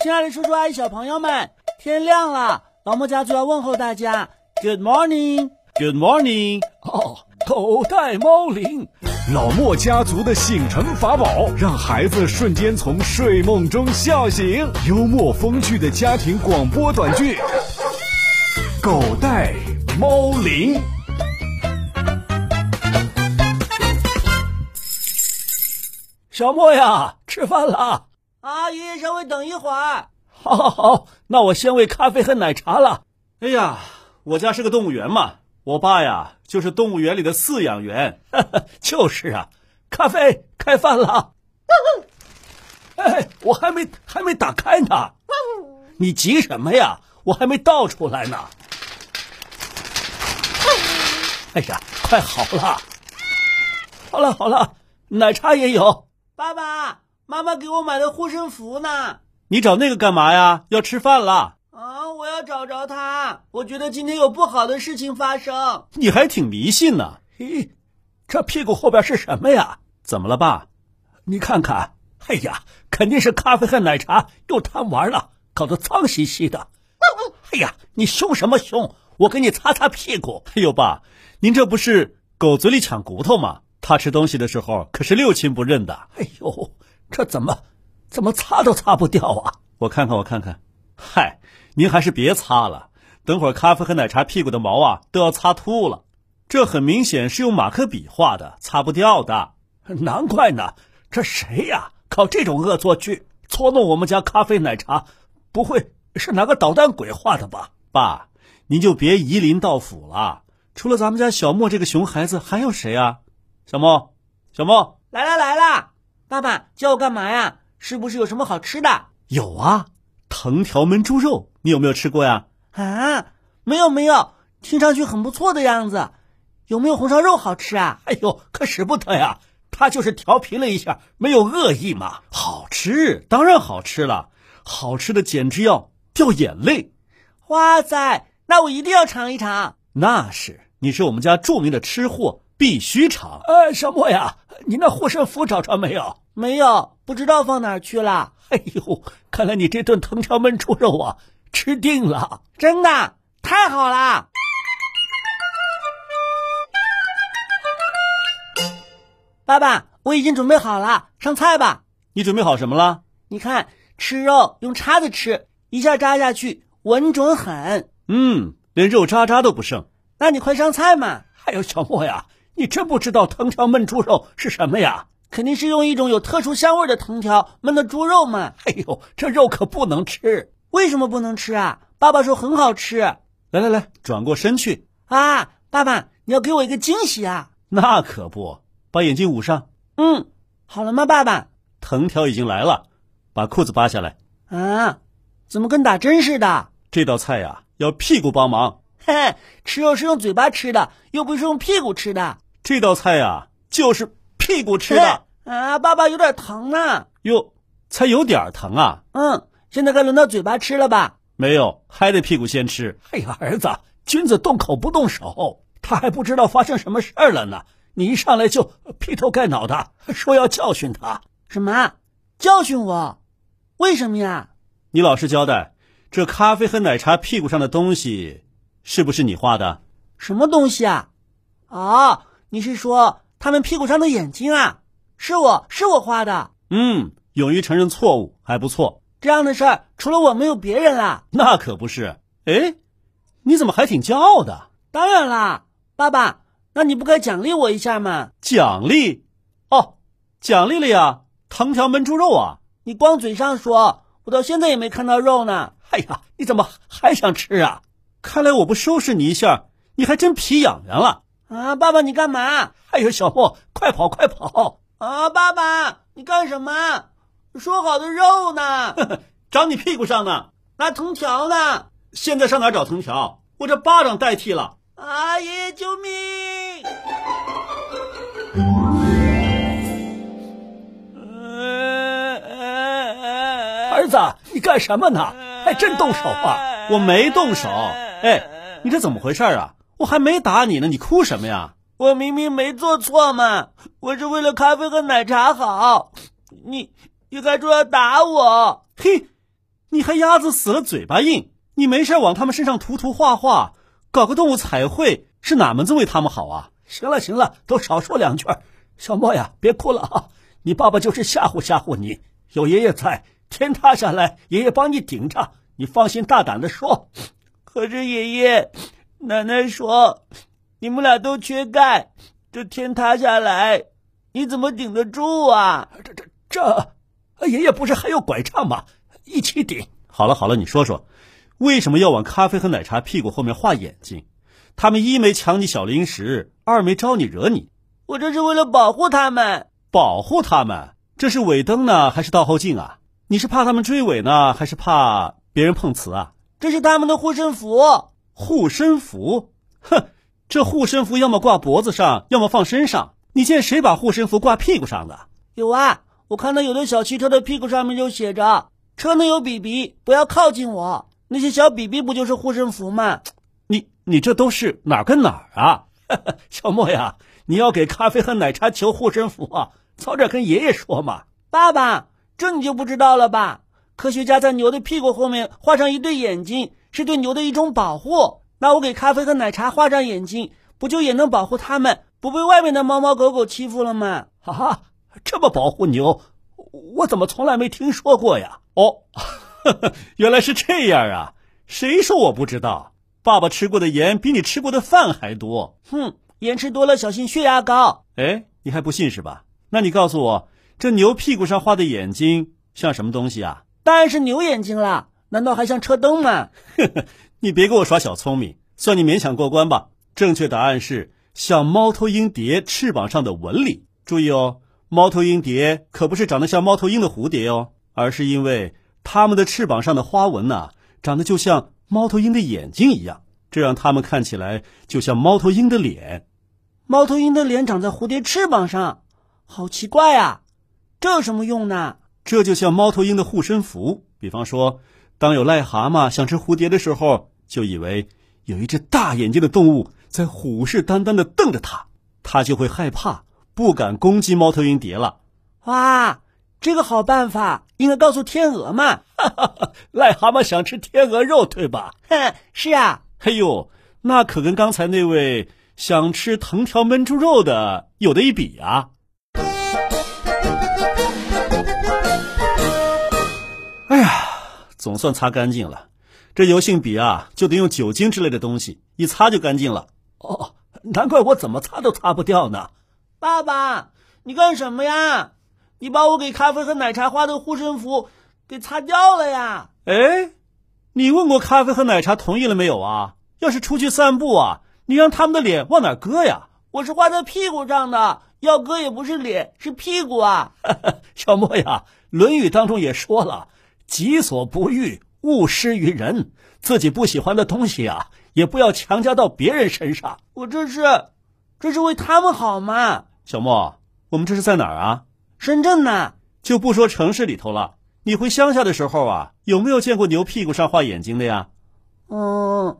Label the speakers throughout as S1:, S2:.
S1: 亲爱的叔叔阿姨、小朋友们，天亮了，老莫家族要问候大家，Good morning，Good morning。
S2: 哦，口袋猫铃，
S3: 老莫家族的醒神法宝，让孩子瞬间从睡梦中笑醒。幽默风趣的家庭广播短剧，《狗带猫铃》。
S2: 小莫呀，吃饭了。
S1: 阿姨，稍微等一会儿。
S2: 好，好，好，那我先喂咖啡和奶茶了。
S1: 哎呀，我家是个动物园嘛，我爸呀就是动物园里的饲养员。
S2: 就是啊，咖啡开饭 了。哎，我还没还没打开 呢。你急什么呀？我还没倒出来 呢。哎呀，快好了。好了好了，奶茶也有。
S1: 爸爸妈妈给我买的护身符呢？你找那个干嘛呀？要吃饭了。啊！我要找着他。我觉得今天有不好的事情发生。你还挺迷信呢。
S2: 咦，这屁股后边是什么呀？
S1: 怎么了，爸？
S2: 你看看，哎呀，肯定是咖啡和奶茶又贪玩了，搞得脏兮兮的。哎呀，你凶什么凶？我给你擦擦屁股。
S1: 哎呦，爸，您这不是狗嘴里抢骨头吗？它吃东西的时候可是六亲不认的。
S2: 哎呦，这怎么怎么擦都擦不掉啊！
S1: 我看看，我看看，嗨，您还是别擦了，等会儿咖啡和奶茶屁股的毛啊都要擦秃了。这很明显是用马克笔画的，擦不掉的。
S2: 难怪呢，这谁呀、搞这种恶作剧，搓弄我们家咖啡奶茶？不会是哪个捣蛋鬼画的吧？
S1: 爸，您就别夷陵到府了。除了咱们家小莫这个熊孩子，还有谁啊？小莫，小莫，来啦来啦！爸爸叫我干嘛呀？是不是有什么好吃的？有啊，藤条焖猪肉，你有没有吃过呀？啊，没有没有，听上去很不错的样子。有没有红烧肉好吃啊？
S2: 哎呦，可使不得呀！他就是调皮了一下，没有恶意嘛。
S1: 好吃，当然好吃了，好吃的简直要掉眼泪。哇塞，那我一定要尝一尝。那是，你是我们家著名的吃货，必须尝。
S2: 呃，小莫呀，你那护身符找着没有？
S4: 没有，不知道放哪儿去了。
S2: 哎呦，看来你这顿藤条焖猪肉啊，吃定了。
S4: 真的太好啦！爸爸，我已经准备好了，上菜吧。
S1: 你准备好什么了？
S4: 你看，吃肉用叉子吃，一下扎下去，稳准狠。
S1: 嗯，连肉渣渣都不剩。
S4: 那你快上菜嘛！
S2: 还有小莫呀，你真不知道藤条焖猪肉是什么呀？
S4: 肯定是用一种有特殊香味的藤条焖的猪肉嘛。
S2: 哎呦，这肉可不能吃。
S4: 为什么不能吃啊？爸爸说很好吃
S1: 来来来，转过身去。
S4: 啊！爸爸，你要给我一个惊喜啊！
S1: 那可不，把眼睛捂上。
S4: 嗯，好了吗，爸爸？
S1: 藤条已经来了，把裤子扒下来。
S4: 啊，怎么跟打针似的？
S1: 这道菜呀、要屁股帮忙。
S4: 嘿嘿，吃肉是用嘴巴吃的，又不是用屁股吃的。
S1: 这道菜呀、就是屁股吃
S2: 哎
S1: 的。
S4: 嘿啊！爸爸有点疼呢。
S1: 哟，才有点儿疼啊。
S4: 嗯，现在该轮到嘴巴吃了吧？
S1: 没有，还得屁股先吃。
S2: 哎呀，儿子，君子动口不动手，他还不知道发生什么事儿了呢。你一上来就劈头盖脑的说要教训他，
S4: 什么？教训我？为什么呀？
S1: 你老实交代，这咖啡和奶茶屁股上的东西是不是你画的？
S4: 什么东西啊？哦，你是说他们屁股上的眼睛啊？是我是我画的。
S1: 嗯，勇于承认错误还不错。
S4: 这样的事儿除了我没有别人啦。
S1: 那可不是。哎，你怎么还挺骄傲的？
S4: 当然啦，爸爸，那你不该奖励我一下吗？
S1: 奖励？哦，奖励了呀，藤条焖猪肉啊！
S4: 你光嘴上说，我到现在也没看到肉呢。
S2: 哎呀，你怎么还想吃啊？
S1: 看来我不收拾你一下，你还真皮痒痒了。
S4: 啊，爸爸，你干嘛？
S2: 哎呦，小莫，快跑快跑！
S4: 啊，爸爸，你干什么？说好的肉呢？
S1: 长你屁股上呢，
S4: 拿藤条呢？
S1: 现在上哪儿找藤条？我这巴掌代替了。
S4: 阿姨，救命！
S2: 儿子，你干什么呢？还真动手啊！
S1: 我没动手。哎，你这怎么回事儿啊？我还没打你呢，你哭什么呀？
S4: 我明明没做错嘛，我是为了咖啡和奶茶好。你，你还说要打我？
S1: 嘿，你还鸭子死了嘴巴硬，你没事往他们身上涂涂画画，搞个动物彩绘，是哪门子为他们好啊？
S2: 行了行了，都少说两句儿。小莫呀，别哭了啊！你爸爸就是吓唬吓唬你，有爷爷在，天塌下来爷爷帮你顶着，你放心大胆的说。
S4: 可是爷爷，奶奶说，你们俩都缺钙，这天塌下来，你怎么顶得住啊？
S2: 这这这，爷爷不是还有拐杖吗？一起顶。
S1: 好了好了，你说说，为什么要往咖啡和奶茶屁股后面画眼睛？他们一没抢你小零食，二没招你惹你。
S4: 我这是为了保护他们。
S1: 保护他们？这是尾灯呢，还是倒后镜啊？你是怕他们追尾呢，还是怕别人碰瓷啊？
S4: 这是他们的护身符。
S1: 护身符？哼，这护身符要么挂脖子上，要么放身上。你见谁把护身符挂屁股上的？
S4: 有啊，我看到有的小汽车的屁股上面就写着“车内有比比，不要靠近我”。那些小比比不就是护身符吗？
S1: 你你这都是哪儿跟哪儿啊？
S2: 小莫呀，你要给咖啡和奶茶求护身符啊，早点跟爷爷说嘛。
S4: 爸爸，这你就不知道了吧？科学家在牛的屁股后面画上一对眼睛，是对牛的一种保护。那我给咖啡和奶茶画上眼睛，不就也能保护它们不被外面的猫猫狗狗欺负了吗？
S2: 哈、啊，这么保护牛，我怎么从来没听说过呀？
S1: 哦，呵呵原来是这样啊！谁说我不知道？爸爸吃过的盐比你吃过的饭还多。
S4: 哼，盐吃多了小心血压高。
S1: 哎，你还不信是吧？那你告诉我，这牛屁股上画的眼睛像什么东西啊？
S4: 当然是牛眼睛啦，难道还像车灯吗？
S1: 呵呵， 你别给我耍小聪明，算你勉强过关吧。正确答案是像猫头鹰蝶翅膀上的纹理。注意哦，猫头鹰蝶可不是长得像猫头鹰的蝴蝶哦，而是因为它们的翅膀上的花纹呐、啊，长得就像。猫头鹰的眼睛一样，这让它们看起来就像猫头鹰的脸。
S4: 猫头鹰的脸长在蝴蝶翅膀上，好奇怪啊！这有什么用呢？
S1: 这就像猫头鹰的护身符。比方说，当有癞蛤蟆想吃蝴蝶的时候，就以为有一只大眼睛的动物在虎视眈眈地瞪着它，它就会害怕，不敢攻击猫头鹰蝶了。
S4: 哇！这个好办法，应该告诉天鹅嘛。
S2: 癞蛤蟆想吃天鹅肉，对吧？
S4: 哼，是啊。
S1: 哎呦，那可跟刚才那位想吃藤条焖猪肉的有的一比啊！哎呀，总算擦干净了。这油性笔啊，就得用酒精之类的东西，一擦就干净了。
S2: 哦，难怪我怎么擦都擦不掉呢。
S4: 爸爸，你干什么呀？你把我给咖啡和奶茶画的护身符给擦掉了呀！
S1: 哎，你问过咖啡和奶茶同意了没有啊？要是出去散步啊，你让他们的脸往哪搁呀？
S4: 我是画在屁股上的，要搁也不是脸，是屁股 啊！
S2: 小莫呀，《论语》当中也说了：“己所不欲，勿施于人。”自己不喜欢的东西啊，也不要强加到别人身上。
S4: 我这是，这是为他们好嘛？
S1: 小莫，我们这是在哪儿啊？
S4: 深圳呢，
S1: 就不说城市里头了。你回乡下的时候啊，有没有见过牛屁股上画眼睛的呀？
S4: 嗯，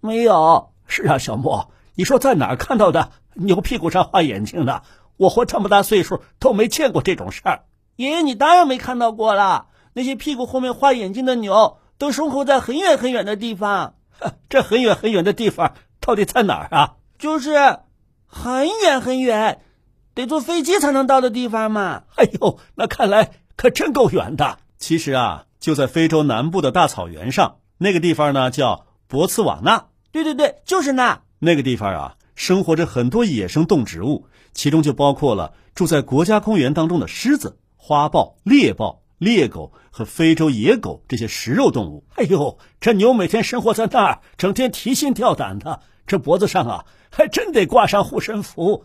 S4: 没有。
S2: 是啊，小莫，你说在哪儿看到的牛屁股上画眼睛的？我活这么大岁数都没见过这种事儿。
S4: 爷爷，你当然没看到过了。那些屁股后面画眼睛的牛，都生活在很远很远的地方。
S2: 这很远很远的地方到底在哪儿啊？
S4: 就是很远很远。得坐飞机才能到的地方嘛！
S2: 哎呦，那看来可真够远的。
S1: 其实啊，就在非洲南部的大草原上，那个地方呢叫博茨瓦纳。
S4: 对对对，就是那。
S1: 那个地方啊，生活着很多野生动植物，其中就包括了住在国家公园当中的狮子、花豹、猎豹、猎狗和非洲野狗这些食肉动物。
S2: 哎呦，这牛每天生活在那儿，整天提心吊胆的，这脖子上啊，还真得挂上护身符。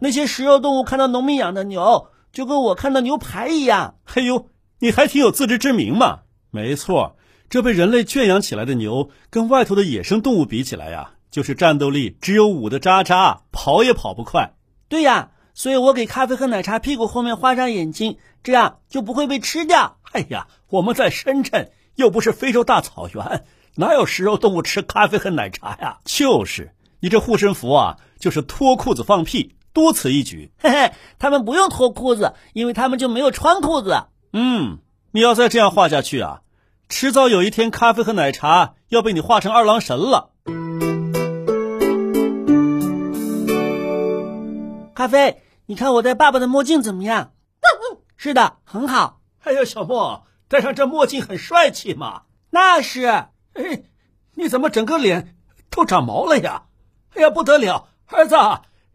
S4: 那些食肉动物看到农民养的牛，就跟我看到牛排一样。
S1: 嘿呦，你还挺有自知之明嘛！没错，这被人类圈养起来的牛，跟外头的野生动物比起来呀、啊，就是战斗力只有五的渣渣，跑也跑不快。
S4: 对呀，所以我给咖啡和奶茶屁股后面画上眼睛，这样就不会被吃掉。
S2: 哎呀，我们在深圳，又不是非洲大草原，哪有食肉动物吃咖啡和奶茶呀？
S1: 就是。你这护身符啊，就是脱裤子放屁，多此一举。
S4: 嘿嘿，他们不用脱裤子，因为他们就没有穿裤子。
S1: 嗯，你要再这样画下去啊，迟早有一天，咖啡和奶茶要被你画成二郎神了。
S4: 咖啡，你看我戴爸爸的墨镜怎么样？是的，很好。
S2: 嗯哎呀，小莫，戴上这墨镜很帅气嘛。
S4: 那是，
S2: 哎，你怎么整个脸都长毛了呀？哎呀，不得了，儿子，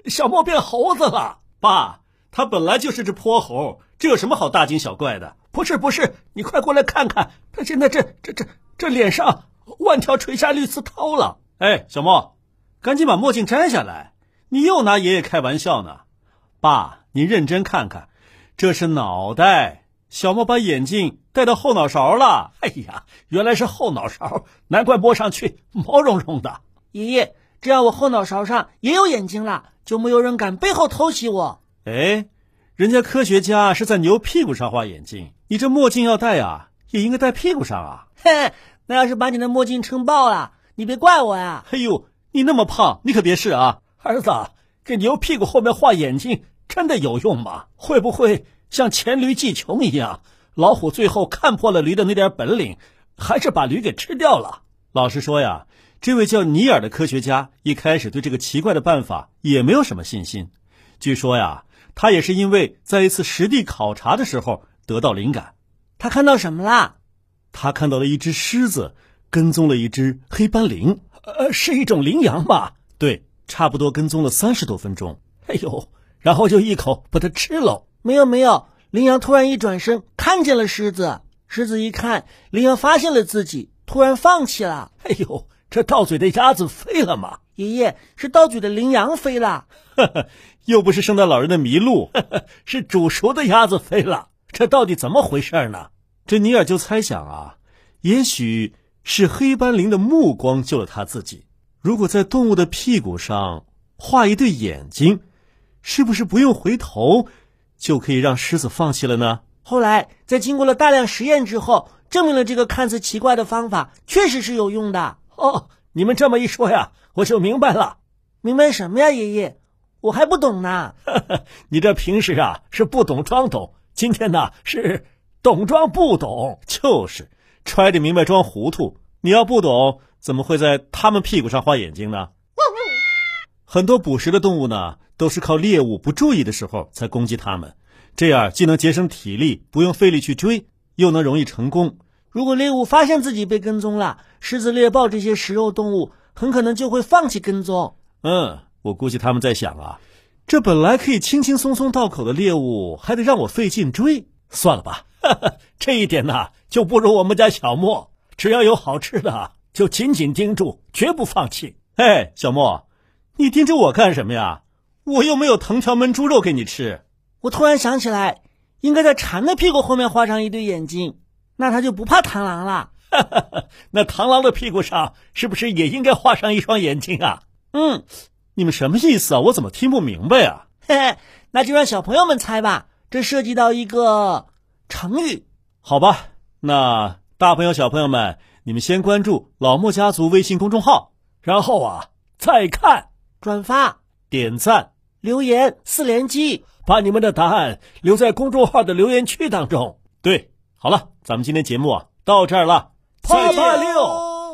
S2: 小莫变猴子了。
S1: 爸，他本来就是只泼猴，这有什么好大惊小怪的？
S2: 不是不是，你快过来看看，他现在这这这这脸上万条垂下绿丝绦了。
S1: 哎，小莫，赶紧把墨镜摘下来！你又拿爷爷开玩笑呢。爸，您认真看看，这是脑袋。小莫把眼镜戴到后脑勺了。
S2: 哎呀，原来是后脑勺，难怪摸上去毛茸茸的。
S4: 爷爷，这样我后脑勺上也有眼睛了，就没有人敢背后偷袭我。
S1: 哎，人家科学家是在牛屁股上画眼镜，你这墨镜要戴啊，也应该戴屁股上啊。
S4: 嘿， 那要是把你的墨镜撑爆了，你别怪我呀。
S1: 哎呦，你那么胖，你可别试啊。
S2: 儿子，给牛屁股后面画眼睛真的有用吗？会不会？像黔驴技穷一样，老虎最后看破了驴的那点本领，还是把驴给吃掉了。
S1: 老实说呀，这位叫尼尔的科学家一开始对这个奇怪的办法也没有什么信心。据说呀，他也是因为在一次实地考察的时候得到灵感。
S4: 他看到什么啦？
S1: 他看到了一只狮子跟踪了一只黑斑羚，
S2: 呃，是一种羚羊吧？
S1: 对，差不多跟踪了三十多分钟。
S2: 哎呦，然后就一口把它吃喽。
S4: 没有没有，羚羊突然一转身，看见了狮子。狮子一看，羚羊发现了自己，突然放弃了。
S2: 哎呦，这到嘴的鸭子飞了吗？
S4: 爷爷，是到嘴的羚羊飞了。
S1: 呵呵， 又不是圣诞老人的麋鹿，
S2: 是煮熟的鸭子飞了。这到底怎么回事呢？
S1: 这尼尔就猜想啊，也许是黑斑羚的目光救了他自己。如果在动物的屁股上画一对眼睛，是不是不用回头？就可以让狮子放弃了呢。
S4: 后来，在经过了大量实验之后，证明了这个看似奇怪的方法确实是有用的。
S2: 哦，你们这么一说呀，我就明白了。
S4: 明白什么呀，爷爷？我还不懂 呢。
S2: 你这平时啊是不懂装懂，今天呢是懂装不懂，
S1: 就是揣着明白装糊涂。你要不懂，怎么会在他们屁股上画眼睛呢？很多捕食的动物呢，都是靠猎物不注意的时候才攻击它们，这样既能节省体力，不用费力去追，又能容易成功。
S4: 如果猎物发现自己被跟踪了，狮子、猎豹这些食肉动物很可能就会放弃跟踪。
S1: 嗯，我估计他们在想啊，这本来可以轻轻松松到口的猎物，还得让我费劲追，
S2: 算了 吧。呵呵这一点呢、啊，就不如我们家小莫，只要有好吃的就紧紧盯住，绝不放弃。
S1: 哎，小莫。你盯着我干什么呀？我又没有藤条焖猪肉给你吃。
S4: 我突然想起来，应该在蝉的屁股后面画上一对眼睛，那它就不怕螳螂 了。
S2: 那螳螂的屁股上是不是也应该画上一双眼睛啊？
S4: 嗯，
S1: 你们什么意思啊？我怎么听不明白呀、
S4: 啊？嘿嘿，那就让小朋友们猜吧。这涉及到一个成语。
S1: 好吧，那大朋友小朋友们，你们先关注老莫家族微信公众号，
S2: 然后啊再看。
S4: 转发、
S1: 点赞、
S4: 留言四连击，
S2: 把你们的答案留在公众号的留言区当中。
S1: 对，好了，咱们今天节目啊到这儿了，
S2: 八八六。